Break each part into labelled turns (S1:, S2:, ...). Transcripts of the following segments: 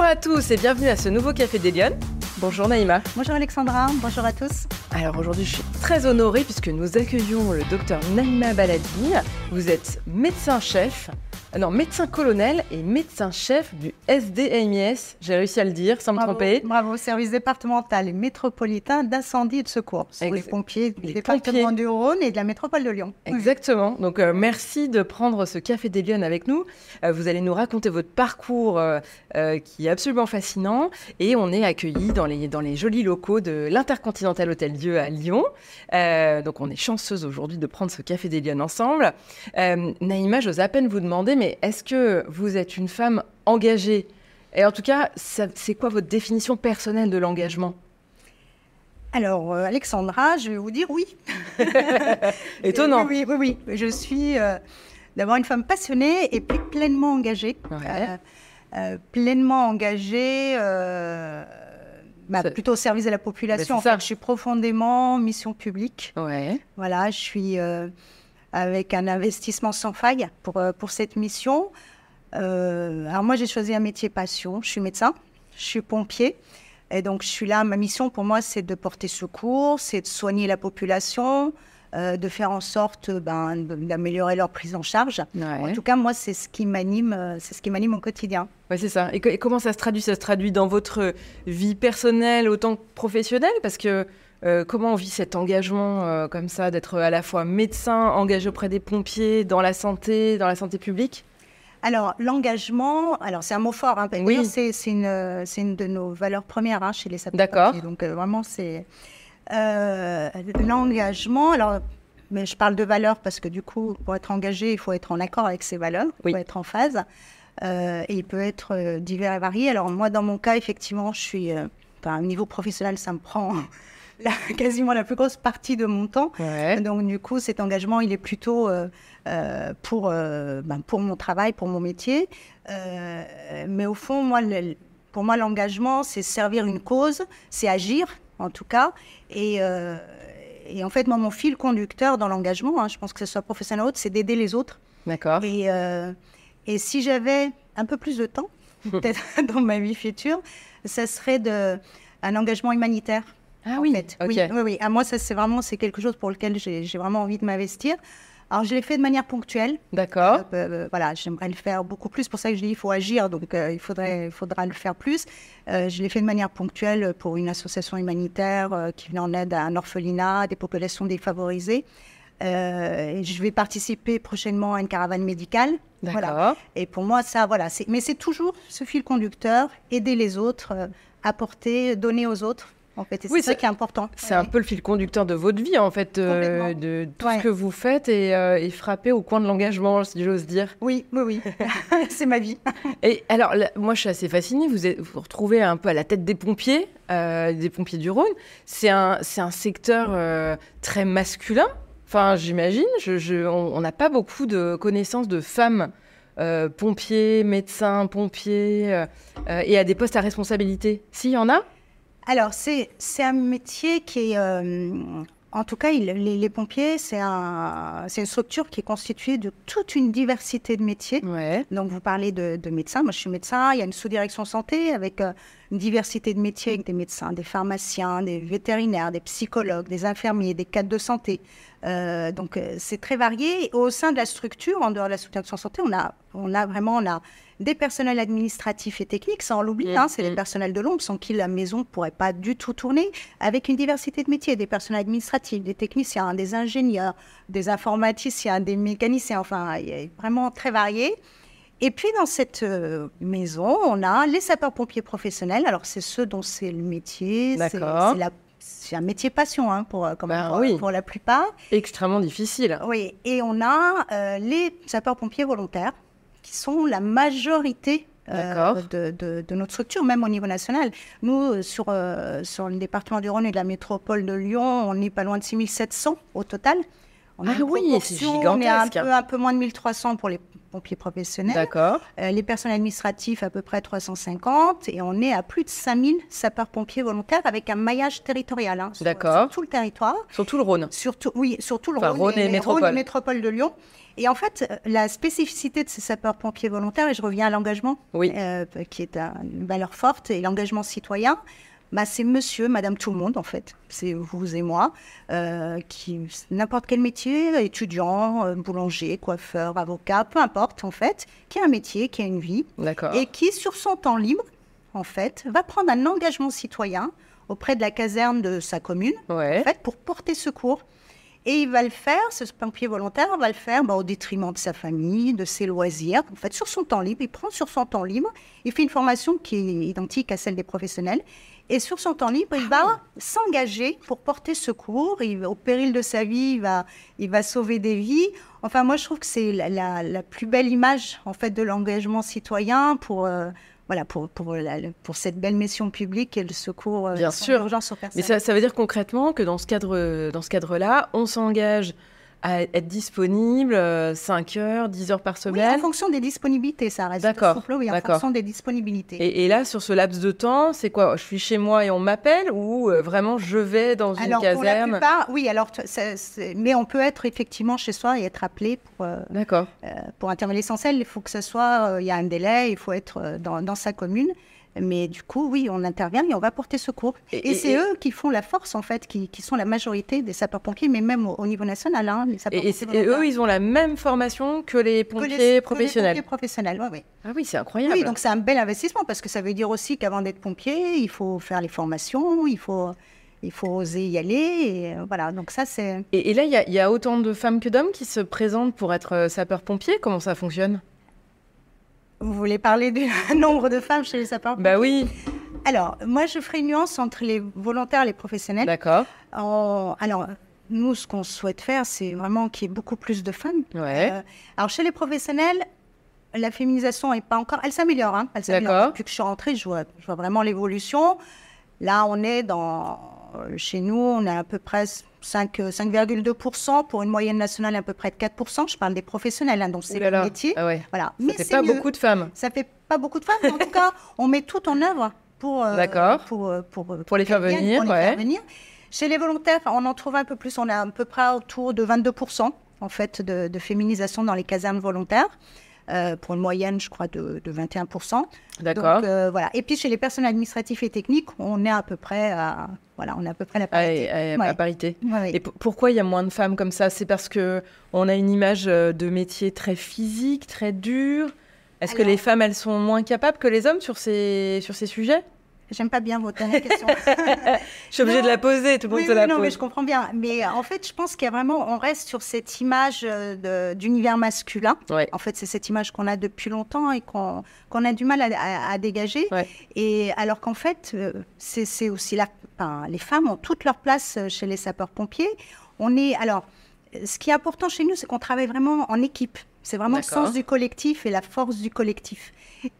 S1: à tous et bienvenue à ce nouveau Café des Lyonnes. Bonjour Naïma.
S2: Bonjour Alexandra, bonjour à tous.
S1: Alors aujourd'hui, je suis très honorée puisque nous accueillons le docteur Naïma Baladi. Vous êtes médecin-chef, euh, non, médecin-colonel et médecin-chef du SDMIS. J'ai réussi à le dire sans me
S2: Bravo,
S1: tromper.
S2: Bravo, service départemental et métropolitain d'incendie et de secours. Pour les
S1: Ex-
S2: pompiers du
S1: les
S2: département
S1: pompiers.
S2: du Rhône et de la métropole de Lyon.
S1: Exactement. Donc euh, merci de prendre ce Café des Lyonnes avec nous. Euh, vous allez nous raconter votre parcours euh, euh, qui est absolument fascinant. Et on est accueillis dans les, dans les jolis locaux de l'Intercontinental Hôtel Dieu à Lyon. Euh, donc on est chanceuse aujourd'hui de prendre ce Café des Lyonnes ensemble. Euh, Naïma, j'ose à peine vous demander, mais est-ce que vous êtes une femme engagée Et en tout cas, ça- c'est quoi votre définition personnelle de l'engagement
S2: Alors euh, Alexandra, je vais vous dire oui.
S1: Étonnant.
S2: Oui, oui, oui. oui. Je suis euh, d'abord une femme passionnée et puis pleinement engagée.
S1: Ouais.
S2: Euh, euh, pleinement engagée, euh, bah,
S1: Ça-
S2: plutôt au service de la population.
S1: Bah,
S2: En
S1: c'est ça.
S2: fait, je suis profondément mission publique.
S1: Ouais.
S2: Voilà, je suis euh, avec un investissement sans faille pour, euh, pour cette mission. Euh, alors moi, j'ai choisi un métier passion. Je suis médecin, je suis pompier. Et donc, je suis là. Ma mission pour moi, c'est de porter secours, c'est de soigner la population, euh, de faire en sorte euh, ben, de- d'améliorer leur prise en charge. En
S1: Ouais.
S2: tout cas, moi, c'est ce qui m'anime, euh, c'est ce qui m'anime au quotidien.
S1: Ouais, c'est ça. Et, co- et comment ça se traduit Ça se traduit dans votre vie personnelle autant que professionnelle Parce que euh, comment on vit cet engagement euh, comme ça, d'être à la fois médecin, engagé auprès des pompiers, dans la santé, dans la santé publique
S2: Alors, l'engagement, alors c'est un mot fort, hein, parce que
S1: Oui.
S2: d'ailleurs, c'est c'est une, euh, c'est une de nos valeurs premières hein, chez les sapeurs
S1: D'accord.
S2: Donc, euh, vraiment, c'est euh, l'engagement. Alors, mais je parle de valeurs parce que du coup, pour être engagé, il faut être en accord avec ses valeurs, il
S1: Oui.
S2: faut être en phase. Euh, et il peut être euh, divers et varié. Alors, moi, dans mon cas, effectivement, je suis, euh, enfin, au niveau professionnel, ça me prend la- quasiment la plus grosse partie de mon temps.
S1: Ouais.
S2: Donc du coup, cet engagement, il est plutôt euh, euh, pour, euh, ben, pour mon travail, pour mon métier. Euh, mais au fond, moi, le- pour moi, l'engagement, c'est servir une cause, c'est agir, en tout cas. Et, euh, et en fait, moi, mon fil conducteur dans l'engagement, hein, je pense que ce soit professionnel ou autre, c'est d'aider les autres.
S1: D'accord.
S2: Et, euh, et si j'avais un peu plus de temps, peut-être dans ma vie future, ça serait de, un engagement humanitaire.
S1: Ah
S2: en
S1: oui,
S2: fait.
S1: ok.
S2: oui, oui, oui. À moi, ça c'est vraiment c'est quelque chose pour lequel j'ai j'ai vraiment envie de m'investir. Alors, je l'ai fait de manière ponctuelle.
S1: D'accord.
S2: Euh, euh, voilà, j'aimerais le faire beaucoup plus. Pour ça que je dis il faut agir, donc euh, il faudrait, il faudra le faire plus. Euh, je l'ai fait de manière ponctuelle pour une association humanitaire euh, qui venait en aide à un orphelinat, à des populations défavorisées. Euh, et je vais participer prochainement à une caravane médicale.
S1: D'accord.
S2: Euh, Voilà. Et pour moi, ça, voilà. c'est- Mais c'est toujours ce fil conducteur, aider les autres, euh, apporter, donner aux autres. En fait, Et c'est
S1: Oui,
S2: ça
S1: c'est-
S2: qui est important.
S1: C'est un peu le fil conducteur de votre vie, en fait, euh,
S2: Complètement.
S1: de tout
S2: Ouais.
S1: ce que vous faites et, euh, et frapper au coin de l'engagement, si j'ose dire.
S2: Oui, oui, oui. c'est ma vie.
S1: Et alors, là, moi, je suis assez fascinée. Vous êtes- vous, vous retrouvez un peu à la tête des pompiers, euh, des pompiers du Rhône. C'est un, c'est un secteur euh, très masculin. Enfin, j'imagine. Je- je- on on n'a pas beaucoup de connaissances de femmes euh, pompiers, médecins, pompiers, euh, euh, et à des postes à responsabilité. S'il y en a
S2: Alors, c'est c'est un métier qui est. euh, en tout cas, il- les, les pompiers, c'est un, c'est une structure qui est constituée de toute une diversité de métiers.
S1: Ouais.
S2: Donc, vous parlez de, de médecins. Moi, je suis médecin. Il y a une sous-direction santé avec euh, une diversité de métiers, avec des médecins, des pharmaciens, des vétérinaires, des psychologues, des infirmiers, des cadres de santé. Euh, donc, euh, c'est très varié. Et Au sein de la structure, en dehors de la sous-direction santé, on a, on a vraiment on a des personnels administratifs et techniques. Ça, on l'oublie. hein, c'est les
S1: Mhm.
S2: personnels de l'ombre sans qui la maison ne pourrait pas du tout tourner, avec une diversité de métiers, des personnels administratifs, des techniciens, des ingénieurs, des informaticiens, des mécaniciens. Enfin, il est vraiment très varié. Et puis dans cette euh, maison, on a les sapeurs-pompiers professionnels. Alors c'est ceux dont c'est le métier. c'est-
S1: D'accord.
S2: C'est la- c'est un métier passion hein, pour, euh, quand même,
S1: Ben
S2: pour-
S1: oui.
S2: pour la plupart.
S1: Extrêmement difficile.
S2: Oui, et on a euh, les sapeurs-pompiers volontaires, qui sont la majorité euh,
S1: D'accord.
S2: de, de- de notre structure, même au niveau national. Nous, euh, sur, euh, sur le département du Rhône et de la métropole de Lyon, on n'est pas loin de 6700 au total. On a
S1: Ah
S2: une
S1: oui, c'est
S2: proportion, On est à un
S1: gigantesque. hein.
S2: peu, un peu moins de 1300 pour les pompiers professionnels.
S1: D'accord.
S2: Euh, les personnes administratives, à peu près 350. Et on est à plus de 5000 sapeurs-pompiers volontaires avec un maillage territorial. hein, sur-
S1: D'accord.
S2: Sur tout le territoire.
S1: Sur tout le Rhône.
S2: Surtout, oui, surtout le
S1: Enfin, Rhône et métropole.
S2: métropole de Lyon. Et en fait, euh, la spécificité de ces sapeurs-pompiers volontaires, et je reviens à l'engagement,
S1: Oui.
S2: euh, qui est un- une valeur forte, et l'engagement citoyen, bah, c'est monsieur, madame, tout le monde, en fait. C'est vous et moi, euh, qui, n'importe quel métier, étudiant, euh, boulanger, coiffeur, avocat, peu importe, en fait, qui a un métier, qui a une vie,
S1: D'accord.
S2: et qui, sur son temps libre, en fait, va prendre un engagement citoyen auprès de la caserne de sa commune
S1: Ouais.
S2: en fait, pour porter secours. Et il va le faire, ce pompier volontaire va le faire bah, au détriment de sa famille, de ses loisirs, en fait, sur son temps libre. Il prend sur son temps libre, il fait une formation qui est identique à celle des professionnels. Et sur son temps libre,
S1: Ah
S2: il va s'engager pour porter secours. Il, va- au péril de sa vie, il va, il va sauver des vies. Enfin, moi, je trouve que c'est la, la- la plus belle image, en fait, de l'engagement citoyen pour... euh, voilà, pour, pour, la- pour cette belle mission publique et le secours euh,
S1: Bien
S2: sans
S1: sûr.
S2: urgence aux personnes.
S1: Mais ça, ça veut dire concrètement que dans ce cadre, dans ce cadre-là, on s'engage à être disponible euh, 5 heures, 10 heures par
S2: Oui, en
S1: semaine.
S2: fonction des disponibilités, ça reste
S1: D'accord,
S2: souple, oui, en
S1: d'accord.
S2: fonction des disponibilités.
S1: et, et là, sur ce laps de temps, c'est quoi Je suis chez moi et on m'appelle ou euh, vraiment je vais dans une
S2: alors, pour la
S1: caserne
S2: plupart, oui, alors, t- ça- c'est- mais on peut être effectivement chez soi et être appelé pour, euh,
S1: D'accord.
S2: pour intervenir. L'essentiel, il faut que ce soit, euh, il y a un délai, il faut être euh, dans, dans sa commune. Mais du coup, oui, on intervient et on va porter secours.
S1: Et-
S2: Et,
S1: et-
S2: c'est
S1: et-
S2: eux qui font la force, en fait, qui, qui sont la majorité des sapeurs-pompiers, mais même au, au niveau national. hein, les
S1: Et, et c'est-
S2: sapeurs-pompiers
S1: et eux, ils ont la même formation que les
S2: volontaires. Que
S1: pompiers
S2: les- que les
S1: professionnels.
S2: pompiers professionnels, oui, oui.
S1: Ah oui, c'est incroyable.
S2: Oui, donc c'est un bel investissement parce que ça veut dire aussi qu'avant d'être pompier, il faut faire les formations, il faut, il faut oser y aller. Et euh, voilà, donc ça c'est.
S1: et, et là, il y, a- il y a autant de femmes que d'hommes qui se présentent pour être euh, sapeurs-pompiers. Comment ça fonctionne
S2: Vous voulez parler du nombre de femmes chez les sapeurs
S1: Bah oui,
S2: Alors, moi je ferai une nuance entre les volontaires et les professionnels.
S1: d'accord.
S2: En- Alors, nous, ce qu'on souhaite faire, c'est vraiment qu'il y ait beaucoup plus de femmes.
S1: Ouais.
S2: Euh, alors, chez les professionnels, la féminisation n'est pas encore. Elle s'améliore. Hein, elle s'améliore.
S1: D'accord.
S2: Depuis que je suis rentrée, je vois, je vois vraiment l'évolution. Là, on est dans. euh, Chez nous, on a à peu près euh, 5, 5,2% pour une moyenne nationale à peu près de 4%. Je parle des professionnels, hein, donc c'est
S1: Ouh là
S2: le
S1: là.
S2: métier.
S1: Ah ouais.
S2: Voilà.
S1: Ça fait pas
S2: mieux.
S1: beaucoup de femmes.
S2: Ça fait pas beaucoup de femmes, mais en tout cas, on met tout en œuvre pour, euh,
S1: D'accord.
S2: pour, euh, pour, euh,
S1: Pour les faire
S2: qu'elles
S1: venir,
S2: viennent, pour les faire
S1: ouais.
S2: venir. Chez les volontaires, on en trouve un peu plus. On a à peu près autour de 22% en fait de, de féminisation dans les casernes volontaires, euh, pour une moyenne, je crois, de, de 21%.
S1: D'accord.
S2: Donc, euh, voilà. Et puis chez les personnes administratives et techniques, on est à peu près à, voilà, on est à peu près à la
S1: à,
S2: parité.
S1: à- à
S2: Ouais.
S1: parité.
S2: Ouais, ouais.
S1: Ah Et p- pourquoi il y a moins de femmes comme ça C'est parce que on a une image euh, de métier très physique, très dur. Est-ce que
S2: Alors-
S1: les femmes, elles sont moins capables que les hommes sur ces, sur ces sujets
S2: J'aime pas bien votre dernière question.
S1: Je suis obligée
S2: Non.
S1: de la poser, tout le monde
S2: Oui,
S1: te
S2: oui,
S1: la
S2: non, mais
S1: pose.
S2: je comprends bien. Mais euh, en fait, je pense qu'il y a vraiment, on reste sur cette image euh, de- d'univers masculin.
S1: Ouais.
S2: En fait, c'est cette image qu'on a depuis longtemps et qu'on qu'on a du mal à, à- à dégager.
S1: Ouais.
S2: Et alors qu'en fait, euh, c'est c'est aussi là. enfin, les femmes ont toute leur place euh, chez les sapeurs-pompiers. On est alors. euh, Ce qui est important chez nous, c'est qu'on travaille vraiment en équipe. C'est vraiment le
S1: D'accord.
S2: sens du collectif et la force du collectif.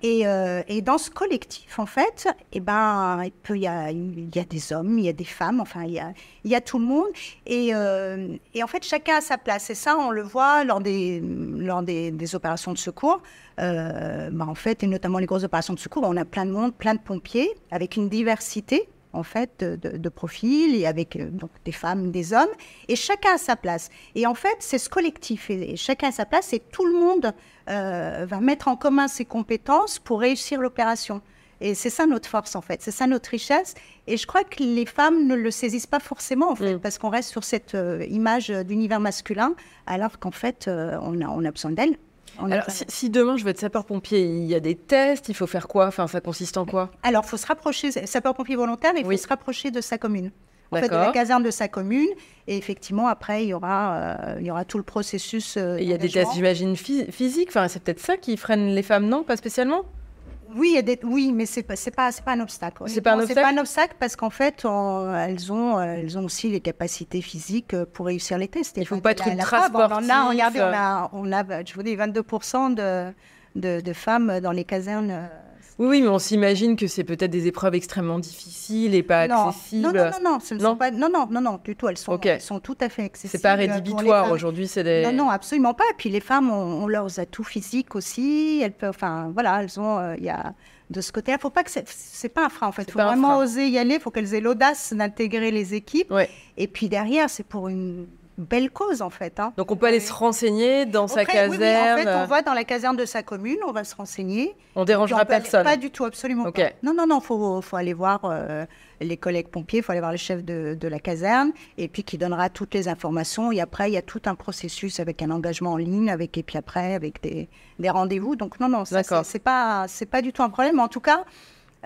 S2: Et, euh, et dans ce collectif, en fait, eh ben, il peut y a, il y a des hommes, il y a des femmes, enfin, il y a, il y a tout le monde. Et, euh, et en fait, chacun a sa place. Et ça, on le voit lors des, lors des, des opérations de secours. Euh, bah, en fait, et notamment les grosses opérations de secours, bah, on a plein de monde, plein de pompiers, avec une diversité, en fait, de, de- de profils, et avec euh, donc, des femmes, des hommes. Et chacun a sa place. Et en fait, c'est ce collectif. Et, et chacun a sa place. Et tout le monde euh, va mettre en commun ses compétences pour réussir l'opération. Et c'est ça notre force, en fait. C'est ça notre richesse. Et je crois que les femmes ne le saisissent pas forcément, en fait,
S1: Mm.
S2: parce qu'on reste sur cette euh, image d'univers masculin, alors qu'en fait, euh, on, a, on a besoin d'elles. On a
S1: Alors,
S2: besoin
S1: si, si demain je veux être sapeur-pompier, il y a des tests, il faut faire quoi Enfin, ça consiste en quoi
S2: Alors, faut se rapprocher, sapeur-pompier volontaire, il
S1: Oui.
S2: faut se rapprocher de sa commune. En fait, de la
S1: D'accord.
S2: caserne de sa commune. Et effectivement, après, il y aura, euh, il y aura tout le processus. euh,
S1: Et Il y a des
S2: d'engagement.
S1: tests, j'imagine, phy- physiques. Enfin, c'est peut-être ça qui freine les femmes, non Pas spécialement
S2: Oui, il y a des- oui, mais c'est pas, c'est pas, c'est pas un obstacle.
S1: C'est pas un
S2: Honnêtement,
S1: obstacle
S2: pas un obstacle parce qu'en fait, on- elles ont, euh, elles ont aussi les capacités physiques euh, pour réussir les tests.
S1: Il faut
S2: Enfin,
S1: pas être
S2: la- la
S1: ultra
S2: preuve, on en a,
S1: sportif,
S2: regardez, on
S1: euh.
S2: a, on a, je vous dis, 22% de, de, de femmes dans les casernes. euh,
S1: Oui, oui, mais on s'imagine que c'est peut-être des épreuves extrêmement difficiles et pas
S2: non.
S1: accessibles.
S2: non, non, non, non, ce ne sont
S1: Non.
S2: pas- non, non, non, non, du tout. Elles sont,
S1: Ok.
S2: elles sont tout à fait accessibles.
S1: C'est pas
S2: pour les
S1: rédhibitoire
S2: femmes.
S1: aujourd'hui, c'est des.
S2: Ben Non, non, absolument pas. Et puis les femmes ont, ont leurs atouts physiques aussi. Elles peuvent, enfin, voilà, elles ont, euh, il y a de ce côté-là. Faut pas que c'est- c'est pas un frein en fait.
S1: C'est
S2: Faut
S1: pas un
S2: vraiment
S1: frein.
S2: oser y aller. Faut qu'elles aient l'audace d'intégrer les équipes.
S1: Ouais.
S2: Et puis derrière, c'est pour une belle cause en fait. hein.
S1: Donc on peut aller se renseigner dans sa
S2: Après, oui, oui, en
S1: caserne.
S2: fait, on va dans la caserne de sa commune, on va se renseigner.
S1: on
S2: Puis on
S1: dérangera
S2: peut aller-
S1: personne.
S2: Pas du tout, absolument
S1: Ok.
S2: pas. Non, non, non, il faut, faut aller voir euh, les collègues pompiers, il faut aller voir le chef de, de la caserne, et puis qui donnera toutes les informations. Et après, il y a tout un processus avec un engagement en ligne, avec, et puis après, avec des, des rendez-vous. Donc, non, non, ça,
S1: D'accord.
S2: c'est c'est pas, c'est pas du tout un problème. En tout cas,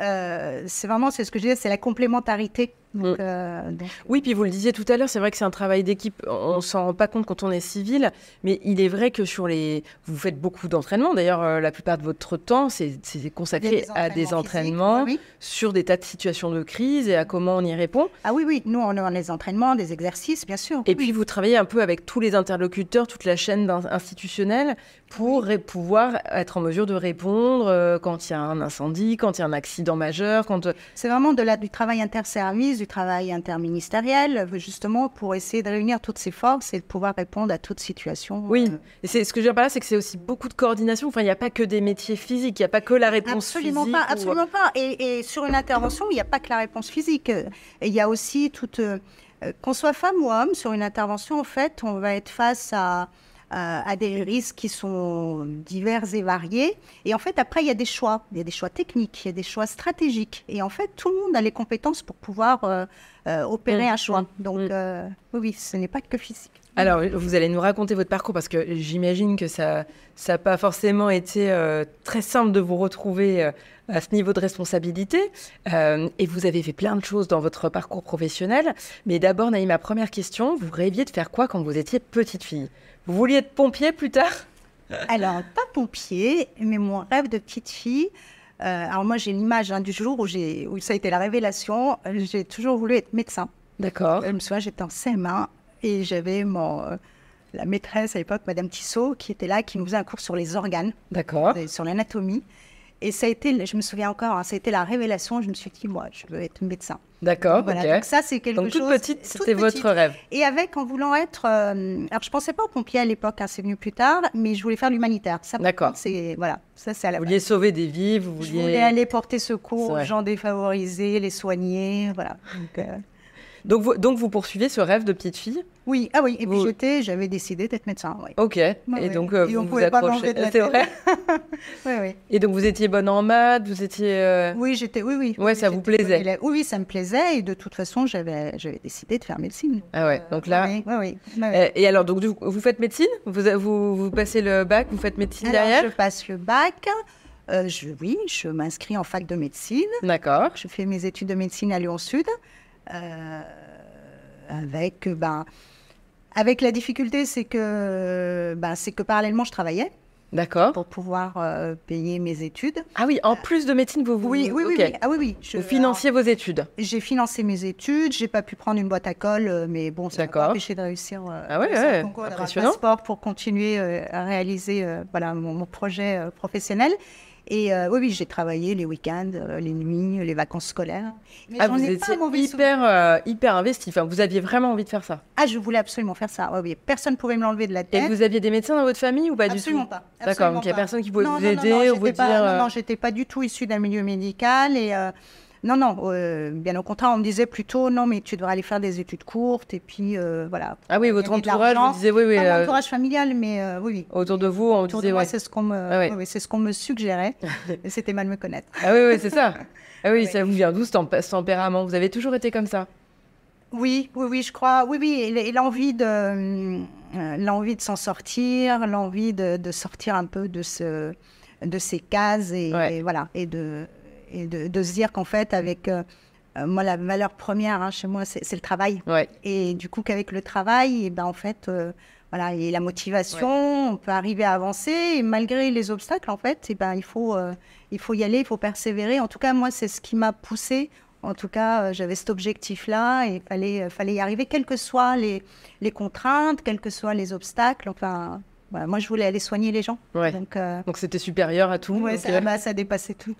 S2: euh, c'est vraiment, c'est ce que je disais, c'est la complémentarité.
S1: Mm.
S2: Donc, euh, donc,
S1: Oui, puis vous le disiez tout à l'heure, c'est vrai que c'est un travail d'équipe. On on s'en rend pas compte quand on est civil, mais il est vrai que sur les, vous faites beaucoup d'entraînements. D'ailleurs, euh, la plupart de votre temps, c'est c'est
S2: il y a
S1: consacré à des
S2: physiques,
S1: entraînements
S2: oui, oui.
S1: sur des tas de situations de crise et à comment on y répond.
S2: Ah oui, oui, nous, on a les entraînements, des exercices, bien sûr.
S1: Et puis vous travaillez un peu avec tous les interlocuteurs, toute la chaîne d'in- institutionnelle pour ré- pouvoir être en mesure de répondre euh, quand il y a un incendie, quand il y a un accident majeur, quand euh,
S2: C'est vraiment de la, du travail interservice, du travail interministériel, euh, justement pour essayer de réunir toutes ces forces et de pouvoir répondre à toute situation.
S1: Oui,
S2: euh,
S1: et c'est ce que je veux dire par là, c'est que c'est aussi beaucoup de coordination. Enfin, il n'y a pas que des métiers physiques, il n'y a pas que la réponse
S2: Absolument
S1: physique.
S2: pas,
S1: ou- euh,
S2: absolument pas. Et, et sur une intervention, il n'y a pas que la réponse physique. Euh, Il y a aussi toute. euh, euh, qu'on soit femme ou homme, sur une intervention, en fait, on va être face à, à, à des risques qui sont divers et variés. Et en fait, après, il y a des choix. Il y a des choix techniques, il y a des choix stratégiques. Et en fait, tout le monde a les compétences pour pouvoir euh, euh, opérer
S1: Mm,
S2: un choix. Donc,
S1: mm.
S2: euh, oui, oui, ce n'est pas que physique.
S1: Alors, vous allez nous raconter votre parcours parce que j'imagine que ça ça n'a pas forcément été euh, très simple de vous retrouver euh, à ce niveau de responsabilité. Euh, et vous avez fait plein de choses dans votre parcours professionnel. Mais d'abord, Naïma, première question, vous rêviez de faire quoi quand vous étiez petite fille Vous vouliez être pompier plus tard
S2: Alors, pas pompier, mais mon rêve de petite fille. euh, alors, moi, j'ai l'image hein, du jour où, j'ai- où ça a été la révélation. euh, J'ai toujours voulu être médecin.
S1: D'accord.
S2: Je me souviens, j'étais en CM1 et j'avais mon, euh, la maîtresse à l'époque, Madame Tissot, qui était là, qui nous faisait un cours sur les organes,
S1: D'accord.
S2: et sur l'anatomie. Et ça a été, je me souviens encore, hein, ça a été la révélation. Je me suis dit, moi, je veux être médecin.
S1: D'accord.
S2: Voilà,
S1: Ah, ok.
S2: donc ça, c'est quelque
S1: Donc,
S2: chose.
S1: toute petite,
S2: toute
S1: c'était
S2: petite.
S1: votre rêve.
S2: Et avec, en voulant être. euh, alors, je pensais pas aux pompiers à l'époque, hein, c'est venu plus tard, mais je voulais faire l'humanitaire. Ça, par
S1: D'accord.
S2: contre, C'est, voilà, ça, c'est à la
S1: Ah. Vous vouliez sauver des vies, vous
S2: Je
S1: vouliez.
S2: voulais aller porter secours
S1: C'est
S2: aux
S1: vrai.
S2: gens défavorisés, les soigner, voilà. Donc, euh,
S1: Donc vous, donc vous poursuivez ce rêve de petite fille
S2: Oui, ah oui, et puis
S1: Vous-
S2: j'étais, j'avais décidé d'être médecin, oui.
S1: Ok. et
S2: ouais.
S1: donc euh,
S2: Et on
S1: vous vous
S2: pouvait pas
S1: accrochez.
S2: m'enlever de la
S1: C'est
S2: tête.
S1: vrai.
S2: Oui, oui.
S1: Et donc vous étiez bonne en maths, vous étiez. euh,
S2: Oui, j'étais, oui, oui.
S1: Ouais,
S2: oui,
S1: ça vous
S2: j'étais bonne
S1: plaisait.
S2: élève. Oui, oui, ça me plaisait, et de toute façon, j'avais, j'avais décidé de faire médecine.
S1: Ah ouais. Donc là.
S2: Oui, oui, oui. oui.
S1: Euh, Et alors donc du coup, vous faites médecine vous, euh, vous vous passez le bac, vous faites médecine
S2: Alors,
S1: derrière.
S2: je passe le bac, euh, je, oui, je m'inscris en fac de médecine,
S1: D'accord.
S2: je fais mes études de médecine à Lyon-Sud, euh, avec, ben, avec la difficulté, c'est que, ben, c'est que parallèlement, je travaillais.
S1: D'accord.
S2: pour pouvoir euh, payer mes études.
S1: Ah oui. En plus de médecine, vous vous.
S2: Oui, oui, oui,
S1: ok.
S2: oui. Ah oui, oui. Je-
S1: Vous financiez vos études.
S2: alors, J'ai financé mes études. J'ai pas pu prendre une boîte à colle, euh, mais bon, ça m'a
S1: D'accord.
S2: pas empêché de réussir. euh,
S1: Ah ouais,
S2: réussir
S1: ouais,
S2: le concours, d'avoir un
S1: impressionnant.
S2: passeport pour continuer euh, à réaliser euh, voilà mon, mon projet euh, professionnel. Et euh, oui, oui, j'ai travaillé les week-ends, euh, les nuits, les vacances scolaires. Mais
S1: ah
S2: j'en
S1: vous
S2: ai pas
S1: étiez
S2: un mauvais souvenir.
S1: hyper euh, hyper investi. Enfin vous aviez vraiment envie de faire ça.
S2: Ah, je voulais absolument faire ça. Oui, oui. Personne pouvait me l'enlever de la
S1: Et
S2: tête.
S1: vous aviez des médecins dans votre famille ou pas
S2: Eh? absolument
S1: du tout
S2: pas.
S1: D'accord. Donc il n'y a
S2: absolument pas.
S1: personne qui pouvait
S2: non,
S1: vous
S2: non,
S1: aider
S2: non, non,
S1: ou vous
S2: j'étais
S1: dire.
S2: pas-
S1: euh,
S2: Non, non, j'étais pas du tout issue d'un milieu médical et euh, non, non. euh, bien au contraire, on me disait plutôt non, mais tu devrais aller faire des études courtes et puis euh, voilà.
S1: Ah oui,
S2: Il y
S1: votre
S2: avait de
S1: entourage vous
S2: l'argent.
S1: disait oui, oui.
S2: Pas
S1: euh,
S2: mon entourage familial, mais euh, oui, oui.
S1: Autour de vous, on vous
S2: Autour
S1: disait
S2: de moi,
S1: ouais.
S2: c'est ce qu'on me,
S1: Ah ouais.
S2: oui, oui, c'est ce qu'on me suggérait. Et C'était mal me connaître.
S1: Ah oui, oui, c'est ça. Ah oui,
S2: Ouais.
S1: ça vous vient d'où ce, tempé- ce tempérament Vous avez toujours été comme ça
S2: Oui, oui, oui, je crois. Oui, oui, et l- et l'envie de, hum, euh, l'envie de s'en sortir, l'envie de, de sortir un peu de ce, de ces cases et,
S1: Ouais.
S2: et voilà, et de, et de, de se dire qu'en fait, avec euh, euh, moi, la valeur première hein, chez moi, c'est c'est le travail.
S1: Ouais.
S2: Et du coup, qu'avec le travail, et ben en fait, euh, voilà, et la motivation, on peut arriver à avancer. Et malgré les obstacles, en fait, et ben il faut, euh, il faut y aller, il faut persévérer. En tout cas, moi, c'est ce qui m'a poussée. En tout cas, euh, j'avais cet objectif-là et fallait, euh, fallait y arriver, quelles que soient les, les contraintes, quels que soient les obstacles. Enfin, Voilà, moi, je voulais aller soigner les gens.
S1: Ouais.
S2: Donc, euh,
S1: Donc c'était supérieur à tout.
S2: ouais,
S1: donc,
S2: ça,
S1: euh,
S2: bah, ça dépassait tout.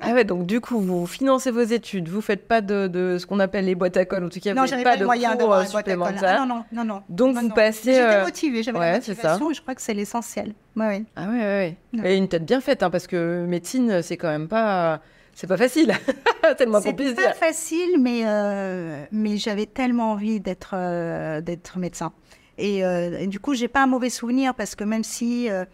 S1: Ah ouais, donc du coup, vous financez vos études, vous faites pas de, de ce qu'on appelle les boîtes à cols, en tout cas, vous
S2: non,
S1: n'avez
S2: j'avais
S1: pas
S2: pas
S1: de
S2: les moyens
S1: cours
S2: d'avoir
S1: euh,
S2: une boîte à colle.
S1: supplémentaires.
S2: Ah, non, non, non, non.
S1: Donc,
S2: Non,
S1: vous
S2: non.
S1: passez, euh,
S2: J'étais motivée, j'avais la
S1: ouais, c'est ça.
S2: motivation et je crois que c'est l'essentiel. Ouais, ouais.
S1: Ah ouais, ouais,
S2: Non.
S1: ouais. Et une tête bien faite, hein, parce que médecine, c'est quand même pas... C'est pas facile, c'est le moins qu'on
S2: C'était
S1: puisse
S2: pas
S1: dire.
S2: facile, mais, euh, mais j'avais tellement envie d'être euh, d'être médecin. Et, euh, et du coup, j'ai pas un mauvais souvenir parce que même si euh,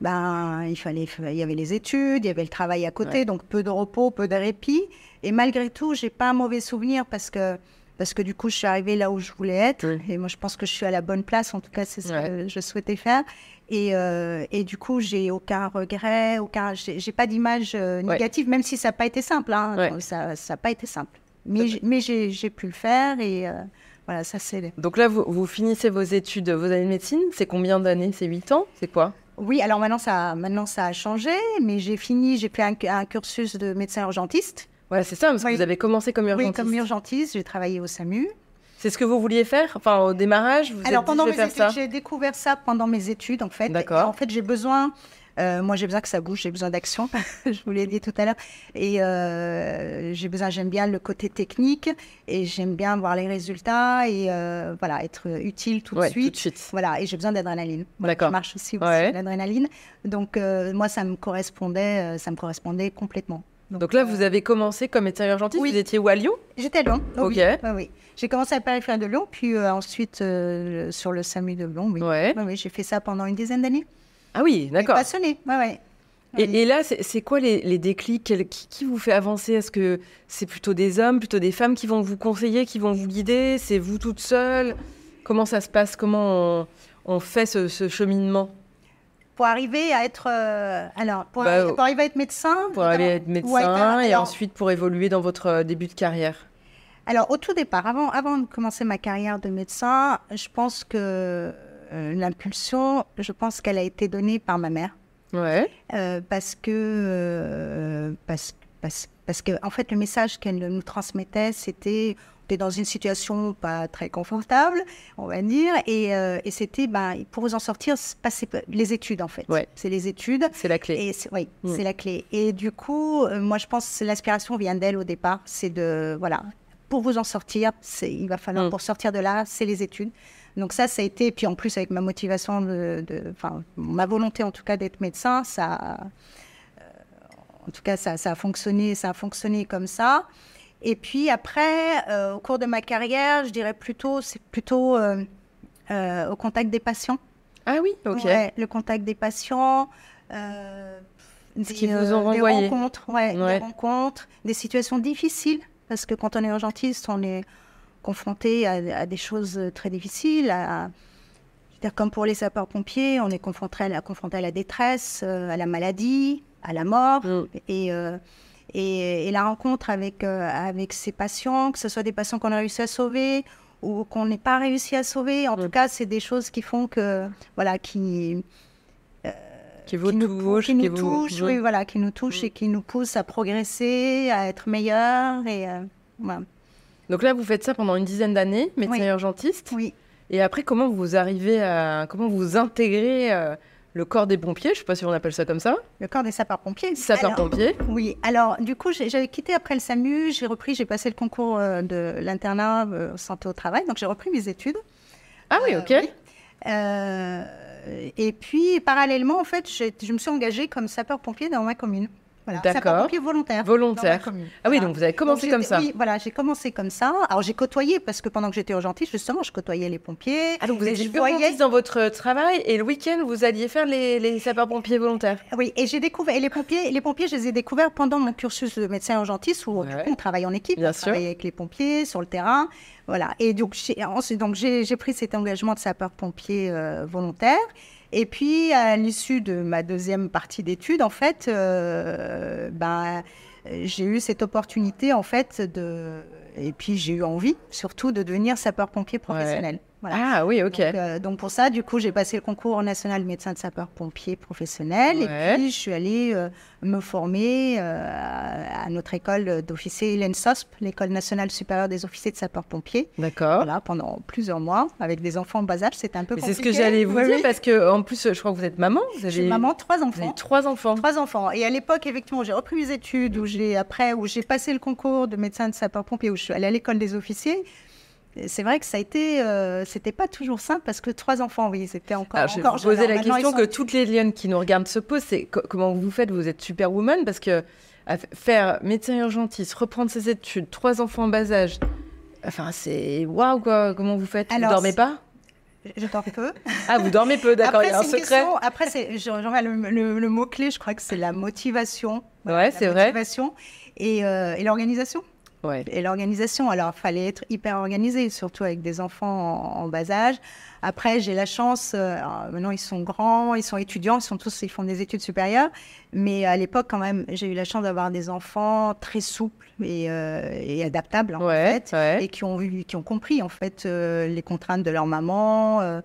S2: ben, il, fallait, il y avait les études, il y avait le travail à côté, donc peu de repos, peu de répit. Et malgré tout, j'ai pas un mauvais souvenir parce que, parce que du coup, je suis arrivée là où je voulais être.
S1: Oui.
S2: Et moi, je pense que je suis à la bonne place. En tout cas, c'est ce
S1: Ouais.
S2: que je souhaitais faire. Et, euh, et du coup, j'ai aucun regret, aucun, j'ai j'ai pas d'image euh,
S1: Ouais.
S2: négative, même si ça n'a pas été simple. hein.
S1: Ouais.
S2: Ça n'a pas été simple. Mais j'ai- mais j'ai j'ai pu le faire et euh, voilà, ça c'est.
S1: Donc là, vous, vous finissez vos études, vos années de médecine, c'est combien d'années C'est 8 ans C'est quoi
S2: Oui, alors maintenant ça, maintenant ça a changé, mais j'ai fini, j'ai fait un, cu- un cursus de médecin urgentiste.
S1: Voilà, c'est ça, parce que
S2: Oui.
S1: vous avez commencé comme
S2: Oui,
S1: urgentiste.
S2: comme urgentiste, j'ai travaillé au SAMU.
S1: C'est ce que vous vouliez faire Enfin, au démarrage, vous vous
S2: Alors
S1: êtes dit,
S2: pendant
S1: je
S2: mes
S1: vais faire
S2: études,
S1: ça
S2: j'ai découvert ça pendant mes études en fait.
S1: D'accord.
S2: Et En fait, j'ai besoin, euh, moi j'ai besoin que ça bouge, j'ai besoin d'action, je vous l'ai dit tout à l'heure. Et euh, j'ai besoin, j'aime bien le côté technique et j'aime bien voir les résultats et euh, voilà, être utile tout
S1: Ouais,
S2: de suite.
S1: tout de suite.
S2: Voilà, et j'ai besoin d'adrénaline. Voilà,
S1: D'accord.
S2: Je marche aussi, aussi
S1: Ouais.
S2: l'adrénaline. Donc euh, moi, ça me correspondait, euh, ça me correspondait complètement.
S1: Donc là, vous avez commencé comme médecin urgentiste,
S2: euh, oui.
S1: vous étiez où à Lyon
S2: J'étais à Lyon.
S1: Ok.
S2: Ah Oui, oui, oui. J'ai commencé à périphérique de Lyon, puis euh, ensuite euh, sur le SAMU de Lyon. Oui.
S1: Ouais.
S2: Oui, oui, j'ai fait ça pendant une dizaine d'années.
S1: Ah oui, d'accord.
S2: Passionné, ouais, ouais.
S1: Et, et là, c'est c'est quoi les, les déclics Quel- qui, qui vous fait avancer Est-ce que c'est plutôt des hommes, plutôt des femmes qui vont vous conseiller, qui vont vous guider C'est vous toute seule Comment ça se passe Comment on, on fait ce, ce cheminement
S2: Pour arriver à être, euh, alors, pour,
S1: Bah,
S2: arri- pour arriver à être médecin.
S1: pour aller
S2: notamment-
S1: être médecin
S2: Ouais, alors-
S1: et
S2: alors-
S1: ensuite pour évoluer dans votre euh, début de carrière
S2: Alors, au tout départ, avant, avant de commencer ma carrière de médecin, je pense que euh, l'impulsion, je pense qu'elle a été donnée par ma mère.
S1: Ouais,
S2: euh, parce que, euh, parce, parce, parce que, en fait, le message qu'elle nous transmettait, c'était on était dans une situation pas très confortable, on va dire, et, euh, et c'était, ben, pour vous en sortir, c'est passer p- les études, en fait.
S1: Ouais.
S2: C'est les études.
S1: c'est la clé.
S2: Et c'est- oui,
S1: Mm.
S2: c'est la clé. Et du coup, euh, moi, je pense que l'inspiration vient d'elle au départ. C'est de, voilà, pour vous en sortir, c'est- il va falloir,
S1: Mm.
S2: pour sortir de là, c'est les études. Donc ça, ça a été, puis en plus avec ma motivation, de, de- enfin, ma volonté en tout cas d'être médecin, ça, euh, en tout cas, ça, ça a fonctionné, ça a fonctionné comme ça. Et puis après, euh, au cours de ma carrière, je dirais plutôt, c'est plutôt euh, euh, au contact des patients.
S1: Ah oui, ok.
S2: Ouais, le contact des patients, euh, des, euh,
S1: qu'ils vous ont
S2: des
S1: renvoyé.
S2: rencontres, ouais,
S1: Ouais.
S2: des rencontres, des situations difficiles, parce que quand on est urgentiste, on est confronté à, à des choses très difficiles. à- je veux dire, comme pour les sapeurs-pompiers, on est confronté à, la, confronté à la détresse, euh, à la maladie, à la mort.
S1: Mm.
S2: Et, euh, et, et la rencontre avec, euh, avec ces patients, que ce soit des patients qu'on a réussi à sauver ou qu'on n'ait pas réussi à sauver, en
S1: Mm.
S2: tout cas, c'est des choses qui font que, voilà, qui,
S1: Qui vous
S2: qui nous, pou-
S1: touche,
S2: qui nous
S1: qui vous- mmh.
S2: touchent, oui, voilà, qui nous touchent
S1: Mm.
S2: et qui nous poussent à progresser, à être meilleurs. Et, euh, voilà.
S1: Donc là, vous faites ça pendant une dizaine d'années, médecin
S2: Oui.
S1: urgentiste.
S2: Oui.
S1: Et après, comment vous arrivez à. Comment vous intégrez euh, le corps des pompiers Je ne sais pas si on appelle ça comme ça.
S2: Le corps des sapeurs-pompiers. Alors-
S1: Sapeurs-pompiers.
S2: Oui, alors du coup, j'ai- j'avais quitté après le SAMU, j'ai repris, j'ai passé le concours euh, de l'internat euh, santé au travail, donc j'ai repris mes études.
S1: Ah oui,
S2: Euh,
S1: ok.
S2: oui. Euh, et puis, parallèlement, en fait, j'ai- je me suis engagée comme sapeur-pompier dans ma commune. Voilà,
S1: D'accord.
S2: sapeur-pompier volontaire. dans ma
S1: Volontaire.
S2: commune.
S1: Ah oui,
S2: Voilà.
S1: donc vous avez commencé
S2: Donc,
S1: comme
S2: j'étais-
S1: ça.
S2: Oui, voilà, j'ai commencé comme ça. Alors j'ai côtoyé parce que pendant que j'étais urgentiste, justement, je côtoyais les pompiers.
S1: Ah donc vous
S2: Et
S1: étiez
S2: je voyais-
S1: urgentiste dans votre euh, travail et le week-end, vous alliez faire les, les sapeurs-pompiers volontaires.
S2: Ah Oui, et j'ai découvert et les pompiers. Les pompiers, je les ai découverts pendant mon cursus de médecin urgentiste où du
S1: Ouais.
S2: coup, on travaille en équipe,
S1: Bien
S2: on
S1: sûr.
S2: travaille avec les pompiers sur le terrain, voilà. Et donc j'ai ensuite- donc j'ai j'ai pris cet engagement de sapeur-pompier euh, volontaire. Et puis à l'issue de ma deuxième partie d'études, en fait, euh, ben, euh, j'ai eu cette opportunité en fait de et puis j'ai eu envie surtout de devenir sapeur-pompier professionnel. Voilà.
S1: Ah oui, ok.
S2: Donc, euh, donc pour ça, du coup, j'ai passé le concours national médecin de sapeur-pompier professionnel
S1: Ouais.
S2: et puis je suis allée euh, me former euh, à, à notre école d'officiers, l'ENSOSP, l'école nationale supérieure des officiers de sapeurs-pompiers.
S1: D'accord.
S2: Voilà, pendant plusieurs mois avec des enfants en bas âge, c'était un peu
S1: Oh. Mais
S2: compliqué.
S1: c'est ce que j'allais vous
S2: Oui,
S1: dire
S2: oui.
S1: parce que en plus, je crois que vous êtes maman. Vous avez,
S2: Je suis maman, trois
S1: vous avez
S2: enfants.
S1: trois enfants.
S2: Trois enfants. Et à l'époque, effectivement, j'ai repris mes études, où j'ai après, où j'ai passé le concours de médecin de sapeur-pompier, où je suis allée à l'école des officiers. Et C'est vrai que ça a été, euh, c'était pas toujours simple parce que trois enfants, oui, c'était encore.
S1: Alors, Ah, je vais
S2: encore
S1: vous poser
S2: jeune.
S1: la
S2: Maintenant, ils
S1: question
S2: sont-
S1: que toutes les lionnes qui nous regardent se posent, c'est co- comment vous faites Vous êtes superwoman parce que à f- faire médecin urgentiste, reprendre ses études, trois enfants en bas âge, enfin c'est waouh quoi. Comment vous faites
S2: Alors,
S1: Vous dormez
S2: c'est-
S1: pas
S2: Je dors peu.
S1: Ah, vous dormez peu, d'accord. Il y
S2: Après,
S1: a un
S2: c'est une
S1: secret.
S2: question- Après, c'est, je rejoins le, le- le mot-clé, je crois que c'est la motivation.
S1: Ouais,
S2: La
S1: c'est vrai.
S2: motivation et, euh, et l'organisation.
S1: Ouais.
S2: Et l'organisation, alors il fallait être hyper organisé, surtout avec des enfants en, en bas âge. Après, j'ai la chance, euh, alors, maintenant ils sont grands, ils sont étudiants, ils sont tous, ils font des études supérieures. Mais à l'époque, quand même, j'ai eu la chance d'avoir des enfants très souples et, euh, et adaptables, en
S1: Ouais,
S2: fait,
S1: ouais.
S2: et qui ont, vu, qui ont compris, en fait, euh, les contraintes de leur maman, euh,